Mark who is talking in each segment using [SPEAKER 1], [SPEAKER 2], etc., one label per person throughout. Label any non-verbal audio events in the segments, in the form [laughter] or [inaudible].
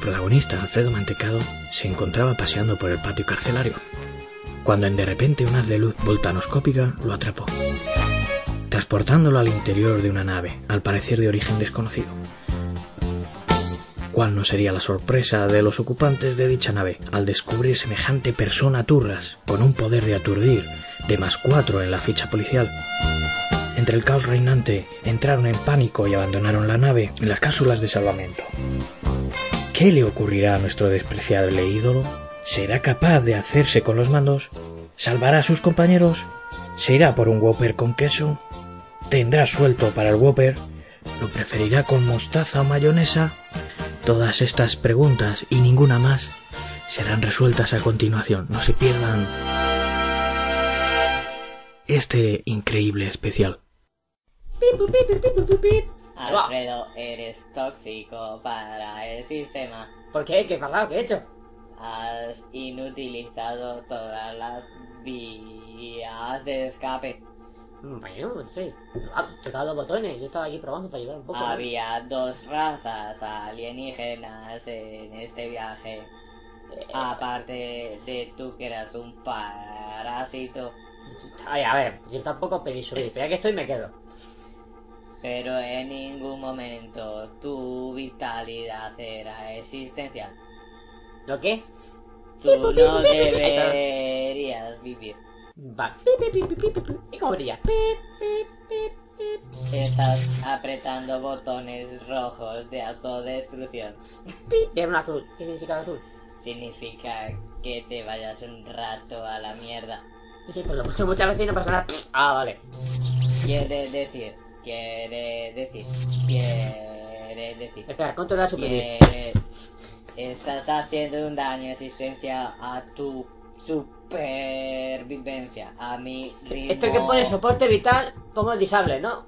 [SPEAKER 1] protagonista, Alfredo Mantecado, se encontraba paseando por el patio carcelario, cuando en de repente un haz de luz voltanoscópica lo atrapó, transportándolo al interior de una nave, al parecer de origen desconocido. ¿Cuál no sería la sorpresa de los ocupantes de dicha nave al descubrir semejante persona turras con un poder de aturdir de más cuatro en la ficha policial? Entre el caos reinante, entraron en pánico y abandonaron la nave en las cápsulas de salvamento. ¿Qué le ocurrirá a nuestro despreciable ídolo? ¿Será capaz de hacerse con los mandos? ¿Salvará a sus compañeros? ¿Se irá por un Whopper con queso? ¿Tendrá suelto para el Whopper? ¿Lo preferirá con mostaza o mayonesa? Todas estas preguntas y ninguna más serán resueltas a continuación. No se pierdan este increíble especial.
[SPEAKER 2] Alfredo, eres tóxico para el sistema.
[SPEAKER 3] ¿Por qué? ¿Qué he pasado? ¿Qué he hecho?
[SPEAKER 2] Has inutilizado todas las vías de escape.
[SPEAKER 3] Bueno, sí. Ah, tocado los botones. Yo estaba aquí probando para ayudar un poco. ¿eh? ¿no?
[SPEAKER 2] Ah, Había dos razas alienígenas en este viaje. Aparte de tú que eras un parásito.
[SPEAKER 3] Ay, a ver, yo tampoco pedí subir. Pero ya que estoy, me quedo.
[SPEAKER 2] Pero en ningún momento tu vitalidad era existencial.
[SPEAKER 3] ¿Lo qué?
[SPEAKER 2] Tú no deberías vivir.
[SPEAKER 3] Va. ¿Y cómo brilla?
[SPEAKER 2] Estás apretando botones rojos de autodestrucción.
[SPEAKER 3] Tiene un azul. ¿Qué significa el azul?
[SPEAKER 2] Significa que te vayas un rato a la mierda.
[SPEAKER 3] Sí, pues lo puse muchas veces y no pasa nada. Ah, vale.
[SPEAKER 2] Quiere decir, quiere decir, quiere decir.
[SPEAKER 3] Espera, controlar suprimir.
[SPEAKER 2] Quieres- Estás haciendo un daño existencial a tu supervivencia, a mi ritmo.
[SPEAKER 3] Esto Este que pone soporte vital, pongo el disable, ¿no?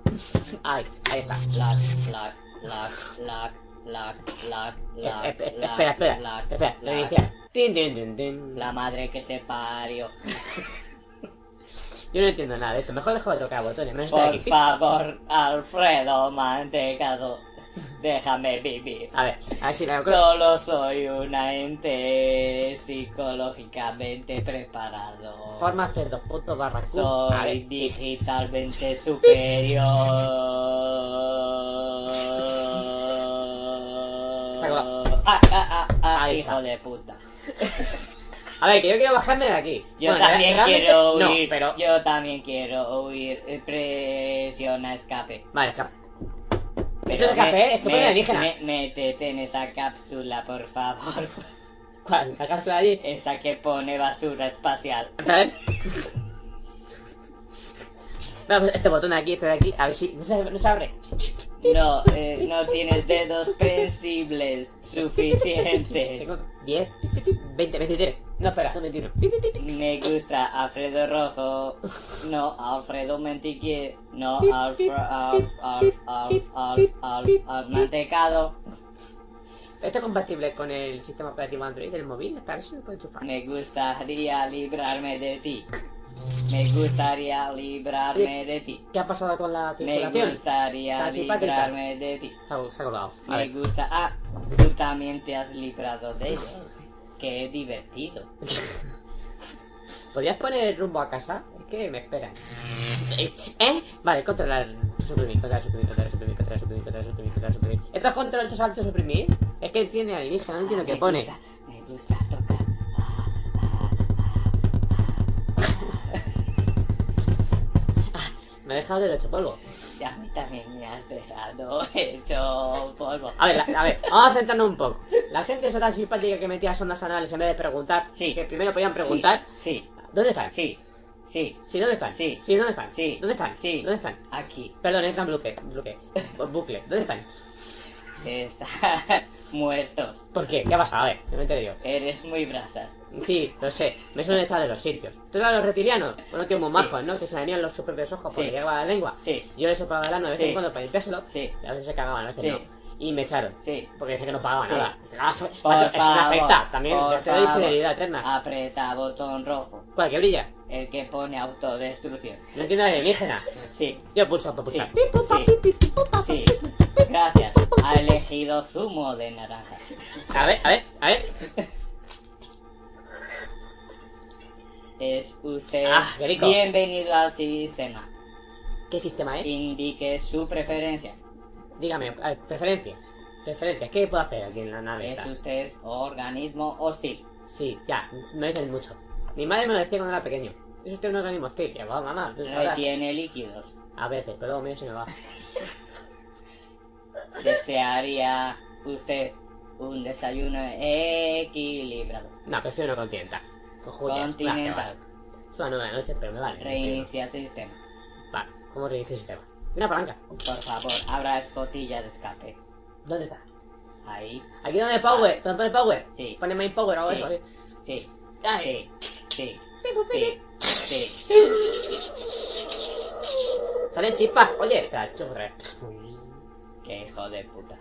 [SPEAKER 3] Ay, ahí está.
[SPEAKER 2] Lac, lac, lac, lac, lac, lac, lac,
[SPEAKER 3] Eh, eh,
[SPEAKER 2] lac,
[SPEAKER 3] espera, espera,
[SPEAKER 2] lac,
[SPEAKER 3] espera, lo
[SPEAKER 2] lac.
[SPEAKER 3] inicia. Tin, tin, tin, tin.
[SPEAKER 2] La madre que te parió.
[SPEAKER 3] Yo no entiendo nada de esto. Mejor dejo de tocar botones. Menos estoy
[SPEAKER 2] Por
[SPEAKER 3] aquí.
[SPEAKER 2] favor, Alfredo Mantecado, déjame vivir.
[SPEAKER 3] A ver, a ver si la
[SPEAKER 2] Solo soy una ente psicológicamente preparado.
[SPEAKER 3] Forma cerdo, punto barra
[SPEAKER 2] Uh,
[SPEAKER 3] Q.
[SPEAKER 2] Soy
[SPEAKER 3] A ver, sí. [laughs]
[SPEAKER 2] digitalmente superior. Ah, ah, ah, ah,
[SPEAKER 3] Ahí
[SPEAKER 2] hijo
[SPEAKER 3] está.
[SPEAKER 2] de puta.
[SPEAKER 3] A ver, que yo quiero bajarme de aquí.
[SPEAKER 2] Yo
[SPEAKER 3] Bueno,
[SPEAKER 2] también
[SPEAKER 3] realmente-
[SPEAKER 2] quiero huir.
[SPEAKER 3] No, pero...
[SPEAKER 2] Yo también quiero huir. Eh, Presiona escape.
[SPEAKER 3] Vale, escapa.
[SPEAKER 2] Pero
[SPEAKER 3] es escape,
[SPEAKER 2] me-
[SPEAKER 3] ¿eh? Escape
[SPEAKER 2] me-
[SPEAKER 3] de alienígena.
[SPEAKER 2] me- Métete en esa cápsula, por favor. [laughs]
[SPEAKER 3] ¿Cuál? ¿La cápsula allí?
[SPEAKER 2] Esa que pone basura espacial.
[SPEAKER 3] ¿Vale? [laughs] Vamos, este botón de aquí, este de aquí, a ver si... No se, no se abre.
[SPEAKER 2] No, eh, no tienes dedos pensibles suficientes.
[SPEAKER 3] [laughs] Tengo 10, 20, 23. No, espera, son 21.
[SPEAKER 2] Me gusta Alfredo Rojo. No, Alfredo Mentiquier. No, Alfredo Alf, Alf, Alf, Alf, Alf, Alf, Mantecado.
[SPEAKER 3] ¿Esto es compatible con el sistema operativo Android del móvil? Espera, a ver si me puedo enchufar.
[SPEAKER 2] Me gustaría librarme de ti. Me gustaría librarme de ti.
[SPEAKER 3] ¿Qué ha pasado con la
[SPEAKER 2] Me
[SPEAKER 3] tripulación?
[SPEAKER 2] gustaría
[SPEAKER 3] Casi para
[SPEAKER 2] librarme de ti.
[SPEAKER 3] Se ha, se ha colgado. A
[SPEAKER 2] Me
[SPEAKER 3] ver.
[SPEAKER 2] gusta. Ah, tú también te has librado de ellos. Qué divertido.
[SPEAKER 3] ¿Podrías poner el rumbo a casa? Es que me esperan. ¿Eh? Vale, controlar, suprimir, controlar, suprimir, controlar, suprimir, controlar, suprimir, controlar, suprimir, controlar, suprimir. ¿Esto es control, esto es alto, suprimir? Es que tiene alienígena, no entiendo qué
[SPEAKER 2] me
[SPEAKER 3] pone.
[SPEAKER 2] Gusta, me gusta tocar.
[SPEAKER 3] Me ha dejado del hecho polvo.
[SPEAKER 2] Y a mí también me has dejado [laughs] hecho polvo.
[SPEAKER 3] A ver, la- a ver, vamos a centrarnos un poco. La gente esa tan simpática que metía sondas anales en vez de preguntar,
[SPEAKER 2] Sí.
[SPEAKER 3] que primero podían preguntar,
[SPEAKER 2] Sí,
[SPEAKER 3] ¿dónde están?
[SPEAKER 2] sí, sí.
[SPEAKER 3] Sí, ¿dónde están?
[SPEAKER 2] Sí.
[SPEAKER 3] Sí, ¿dónde están?
[SPEAKER 2] Sí.
[SPEAKER 3] ¿Dónde están?
[SPEAKER 2] Sí.
[SPEAKER 3] ¿Dónde están?
[SPEAKER 2] Aquí
[SPEAKER 3] Perdón, están bloque, bloque, bu- bucle. ¿Dónde están?
[SPEAKER 2] [laughs] están muertos.
[SPEAKER 3] ¿Por qué? ¿Qué ha pasado? A ver, no me enteré yo.
[SPEAKER 2] Eres muy brasas.
[SPEAKER 3] Sí, lo sé. Me suelen estar de los sitios. ¿Tú sabes los reptilianos? Bueno, que muy majos, ¿no? Que se dañan los sus propios ojos porque
[SPEAKER 2] Sí.
[SPEAKER 3] llevaba la lengua.
[SPEAKER 2] Sí,
[SPEAKER 3] Yo les soplaba el ano de vez
[SPEAKER 2] Sí.
[SPEAKER 3] en cuando para limpiárselo.
[SPEAKER 2] sí,
[SPEAKER 3] Y a veces se cagaban, a veces
[SPEAKER 2] Sí.
[SPEAKER 3] no. y me echaron.
[SPEAKER 2] Sí.
[SPEAKER 3] Porque dice que no pagaba
[SPEAKER 2] Sí.
[SPEAKER 3] nada. Ah, macho,
[SPEAKER 2] Por
[SPEAKER 3] es una
[SPEAKER 2] favor,
[SPEAKER 3] secta también.
[SPEAKER 2] por
[SPEAKER 3] secta de
[SPEAKER 2] favor. Ah.
[SPEAKER 3] infidelidad eterna.
[SPEAKER 2] Apreta botón rojo,
[SPEAKER 3] ¿Cuál? ¿Que brilla?
[SPEAKER 2] el que pone autodestrucción.
[SPEAKER 3] No entiendo de alienígena.
[SPEAKER 2] Sí,
[SPEAKER 3] Yo pulso para
[SPEAKER 2] sí,
[SPEAKER 3] pulsar.
[SPEAKER 2] sí, sí. Gracias. Ha elegido zumo de naranja.
[SPEAKER 3] A ver, a ver, a ver.
[SPEAKER 2] Es usted
[SPEAKER 3] Ah, qué rico.
[SPEAKER 2] bienvenido al sistema.
[SPEAKER 3] ¿Qué sistema es?
[SPEAKER 2] Indique su preferencia.
[SPEAKER 3] Dígame, a ver, preferencias. Preferencias, ¿qué puedo hacer aquí en la nave?
[SPEAKER 2] Es
[SPEAKER 3] esta?
[SPEAKER 2] usted organismo hostil.
[SPEAKER 3] Sí, ya, me dicen mucho. Mi madre me lo decía cuando era pequeño. Es usted un organismo hostil, ya va, mamá, tú sabrás.
[SPEAKER 2] Retiene líquidos.
[SPEAKER 3] A veces, pero luego medio se me va.
[SPEAKER 2] ¿Desearía usted un desayuno equilibrado?
[SPEAKER 3] No, prefiero no continental. Con judías,
[SPEAKER 2] Continental.
[SPEAKER 3] gracias, vale. Es una nueva noche, pero me vale. me sirve.
[SPEAKER 2] Reinicia sistema.
[SPEAKER 3] Vale, ¿cómo reinicio el sistema? Una palanca.
[SPEAKER 2] Por favor, abra escotilla de escape.
[SPEAKER 3] ¿Dónde está?
[SPEAKER 2] Ahí.
[SPEAKER 3] Aquí donde power, donde pone power.
[SPEAKER 2] Sí.
[SPEAKER 3] Pone main power o
[SPEAKER 2] Sí.
[SPEAKER 3] eso. ¿eh?
[SPEAKER 2] Sí,
[SPEAKER 3] Ay.
[SPEAKER 2] sí, sí, sí, sí.
[SPEAKER 3] Salen chispas. Oye, te la chupo otra vez.
[SPEAKER 2] Qué hijo de puta.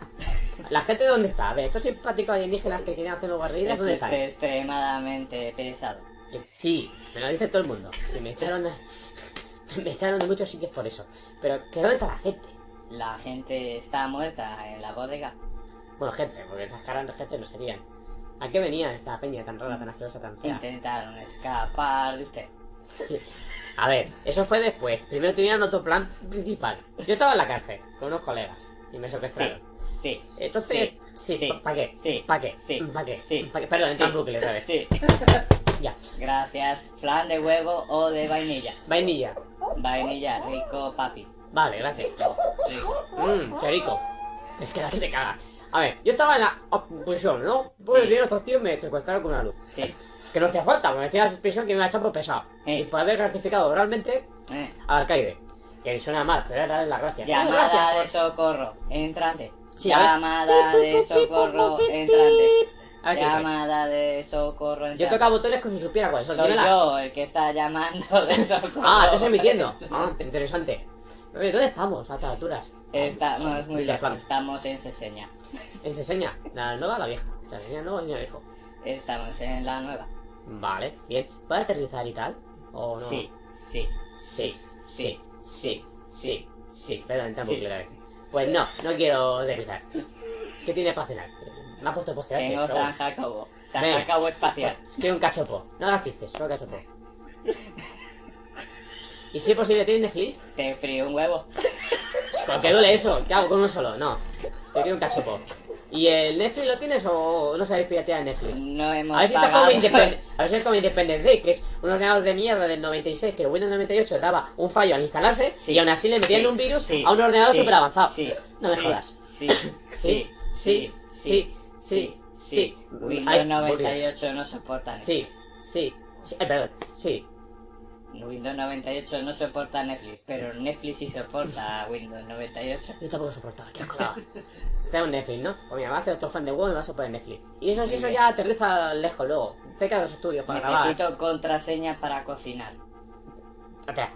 [SPEAKER 3] La gente dónde está? A ver, estos simpáticos alienígenas que quieren hacer los guardias,
[SPEAKER 2] Es este.
[SPEAKER 3] ¿dónde
[SPEAKER 2] usted
[SPEAKER 3] están?
[SPEAKER 2] extremadamente pesado.
[SPEAKER 3] Eh, Sí, me lo dice todo el mundo. Si me echaron [laughs] me echaron de muchos sitios por eso. Pero ¿qué dónde está la gente?
[SPEAKER 2] La gente está muerta en la bodega.
[SPEAKER 3] Bueno, gente, porque esas caras de gente no serían. ¿A qué venía esta peña tan rara, tan asquerosa, tan fea?
[SPEAKER 2] Intentaron escapar de usted.
[SPEAKER 3] Sí. A ver, eso fue después. Primero tenían otro plan principal. Yo estaba en la cárcel con unos colegas y me
[SPEAKER 2] Sí,
[SPEAKER 3] secuestraron.
[SPEAKER 2] sí.
[SPEAKER 3] Entonces, sí,
[SPEAKER 2] sí,
[SPEAKER 3] ¿para qué?
[SPEAKER 2] sí,
[SPEAKER 3] ¿Para qué?
[SPEAKER 2] sí,
[SPEAKER 3] ¿Para qué?
[SPEAKER 2] sí,
[SPEAKER 3] ¿Pa' qué? Perdón, entra en
[SPEAKER 2] sí,
[SPEAKER 3] bucle otra vez.
[SPEAKER 2] Sí.
[SPEAKER 3] Ya.
[SPEAKER 2] Gracias. Flan de huevo o de vainilla.
[SPEAKER 3] Vainilla.
[SPEAKER 2] Vainilla, rico, papi.
[SPEAKER 3] Vale, gracias.
[SPEAKER 2] Rico, Mm, rico.
[SPEAKER 3] Mmm, qué rico. Es que la gente caga. A ver, yo estaba en la oposición, ¿no? Pues
[SPEAKER 2] Sí.
[SPEAKER 3] bien, estos tíos me secuestraron con una luz.
[SPEAKER 2] Sí.
[SPEAKER 3] Que no hacía falta, me decía la prisión que me iba a echar por pesado.
[SPEAKER 2] Eh.
[SPEAKER 3] Y por haber gratificado realmente
[SPEAKER 2] Eh.
[SPEAKER 3] al alcaide. Que suena mal, pero era darle las gracias. Ah,
[SPEAKER 2] Llamada de
[SPEAKER 3] gracias.
[SPEAKER 2] socorro, entrante.
[SPEAKER 3] Sí, a ver.
[SPEAKER 2] Llamada de socorro, entrante.
[SPEAKER 3] A ver qué fue.
[SPEAKER 2] Llamada de socorro,
[SPEAKER 3] Yo
[SPEAKER 2] entrante.
[SPEAKER 3] tocaba botones como si supiera cuáles son.
[SPEAKER 2] Soy
[SPEAKER 3] dímela.
[SPEAKER 2] yo el que está llamando de socorro.
[SPEAKER 3] Ah, estás emitiendo. Ah, interesante. Oye, ¿dónde estamos a estas alturas?
[SPEAKER 2] Estamos muy
[SPEAKER 3] Mira,
[SPEAKER 2] lejos,
[SPEAKER 3] Juan.
[SPEAKER 2] estamos en Seseña.
[SPEAKER 3] En Seseña, la nueva o la vieja. La Seseña nueva o la vieja.
[SPEAKER 2] Estamos en la nueva.
[SPEAKER 3] Vale, bien. ¿Puede aterrizar y tal? ¿O no?
[SPEAKER 2] Sí, sí.
[SPEAKER 3] Sí, sí, sí, sí, sí. Perdón,
[SPEAKER 2] Sí.
[SPEAKER 3] tampoco la vez. Pues no, no quiero aterrizar. ¿Qué tienes para cenar? Me ha puesto postre
[SPEAKER 2] Tengo
[SPEAKER 3] antes, pero
[SPEAKER 2] San
[SPEAKER 3] bueno.
[SPEAKER 2] Jacobo. San
[SPEAKER 3] Venga.
[SPEAKER 2] Jacobo espacial.
[SPEAKER 3] Quiero un cachopo. No hagas chistes, solo cachopo. ¿Y si es posible, tienes Netflix?
[SPEAKER 2] Te frío un huevo.
[SPEAKER 3] ¿Por qué duele eso? ¿Qué hago con uno solo? No. Yo quiero un cachopo. ¿Y el Netflix lo tienes o no sabéis piratear en Netflix?
[SPEAKER 2] No hemos
[SPEAKER 3] A ver si
[SPEAKER 2] [laughs]
[SPEAKER 3] está
[SPEAKER 2] pagado.
[SPEAKER 3] como Independ- a ver si es como Independence Day, que es un ordenador de mierda del 96 que el Windows 98 daba un fallo al instalarse
[SPEAKER 2] Sí.
[SPEAKER 3] y aún así le metían
[SPEAKER 2] Sí,
[SPEAKER 3] un virus
[SPEAKER 2] sí,
[SPEAKER 3] a un ordenador
[SPEAKER 2] sí,
[SPEAKER 3] súper avanzado.
[SPEAKER 2] Sí.
[SPEAKER 3] No me
[SPEAKER 2] sí,
[SPEAKER 3] jodas. [coughs]
[SPEAKER 2] Sí.
[SPEAKER 3] Sí, sí, sí, sí, sí. Ay,
[SPEAKER 2] Windows 98 no soporta
[SPEAKER 3] Sí,
[SPEAKER 2] Netflix.
[SPEAKER 3] sí. sí, eh, perdón, sí.
[SPEAKER 2] Windows 98 no soporta Netflix, pero Netflix sí soporta Windows 98.
[SPEAKER 3] Yo tampoco soportaba,
[SPEAKER 2] [laughs]
[SPEAKER 3] qué asco. Tengo un Netflix, ¿no? Pues mira, me hace otro fan de huevo y me vas a poner Netflix. Y eso sí, eso ya aterriza lejos luego. Cerca de los estudios para grabar.
[SPEAKER 2] Necesito contraseña para cocinar.
[SPEAKER 3] Espera.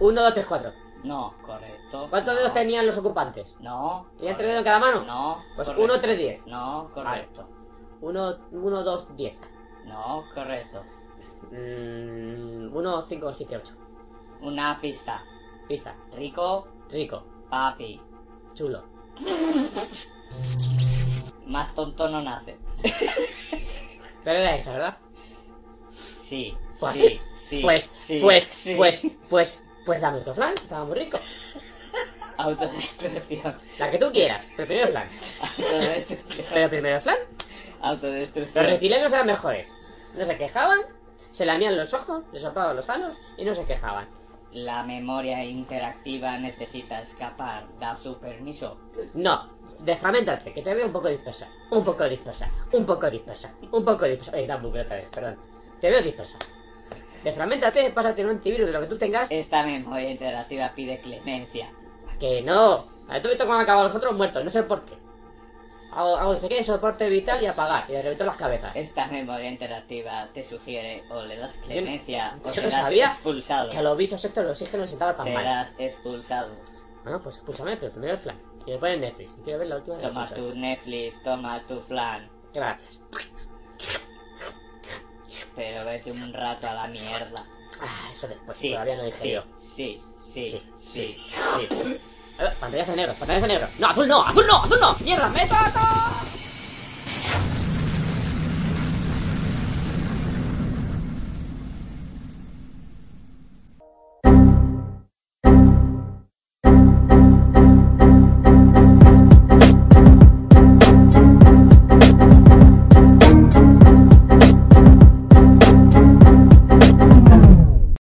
[SPEAKER 3] Uno, dos, tres, cuatro.
[SPEAKER 2] No, correcto.
[SPEAKER 3] ¿Cuántos
[SPEAKER 2] no,
[SPEAKER 3] dedos tenían los ocupantes?
[SPEAKER 2] No.
[SPEAKER 3] ¿Tenían
[SPEAKER 2] correcto.
[SPEAKER 3] tres dedos en cada mano?
[SPEAKER 2] No.
[SPEAKER 3] Pues
[SPEAKER 2] correcto.
[SPEAKER 3] uno, tres, diez.
[SPEAKER 2] No, correcto.
[SPEAKER 3] Uno, uno, dos, diez.
[SPEAKER 2] No, correcto.
[SPEAKER 3] Mm, uno, cinco, siete, ocho.
[SPEAKER 2] Una pista.
[SPEAKER 3] Pista.
[SPEAKER 2] Rico,
[SPEAKER 3] Rico.
[SPEAKER 2] papi.
[SPEAKER 3] Chulo.
[SPEAKER 2] Más tonto no nace.
[SPEAKER 3] Pero era esa, ¿verdad?
[SPEAKER 2] Sí,
[SPEAKER 3] Pues,
[SPEAKER 2] sí, sí.
[SPEAKER 3] pues,
[SPEAKER 2] sí,
[SPEAKER 3] pues,
[SPEAKER 2] sí.
[SPEAKER 3] pues, pues, pues dame otro flan, estaba muy rico.
[SPEAKER 2] [laughs] Autodestrucción.
[SPEAKER 3] La que tú quieras, pero primero flan. [laughs]
[SPEAKER 2] Autodestrucción.
[SPEAKER 3] Pero primero flan. Los
[SPEAKER 2] Autodestrucción.
[SPEAKER 3] reptilianos eran mejores. No se quejaban, se lamían los ojos, les soplaban los anos y no se quejaban.
[SPEAKER 2] La memoria interactiva necesita escapar. Da su permiso.
[SPEAKER 3] No, desfragmentate, que te veo un poco dispersa. Un poco dispersa, un poco dispersa, un poco dispersa. Oye, da un bucle otra vez, eh, perdón. Te veo dispersa. Desfragmentate, pásate un antivirus de lo que tú tengas.
[SPEAKER 2] Esta memoria interactiva pide clemencia.
[SPEAKER 3] Que no. A ver, tú viste cómo han acabado los otros muertos, no sé por qué. Hago, hago no sé qué, soporte vital y apagar. Y le reventó las cabezas.
[SPEAKER 2] Esta memoria interactiva te sugiere o le das clemencia o
[SPEAKER 3] Yo no
[SPEAKER 2] serás
[SPEAKER 3] sabía
[SPEAKER 2] expulsado.
[SPEAKER 3] Que a los bichos estos el oxígeno les sentaba tan mal.
[SPEAKER 2] Serás expulsado.
[SPEAKER 3] Bueno, pues expulsame, pero primero el flan. Y después en Netflix. Quiero ver la última de las
[SPEAKER 2] Toma
[SPEAKER 3] ocho.
[SPEAKER 2] tu Netflix, toma tu flan.
[SPEAKER 3] Gracias.
[SPEAKER 2] Pero vete un rato a la mierda.
[SPEAKER 3] Ah, eso después.
[SPEAKER 2] Sí,
[SPEAKER 3] Todavía no dije
[SPEAKER 2] sí,
[SPEAKER 3] yo.
[SPEAKER 2] sí, sí, sí.
[SPEAKER 3] Sí. Eh, Pantallas en negro, pantallas en negro. No, azul no, azul no, azul no. Mierda, me saco.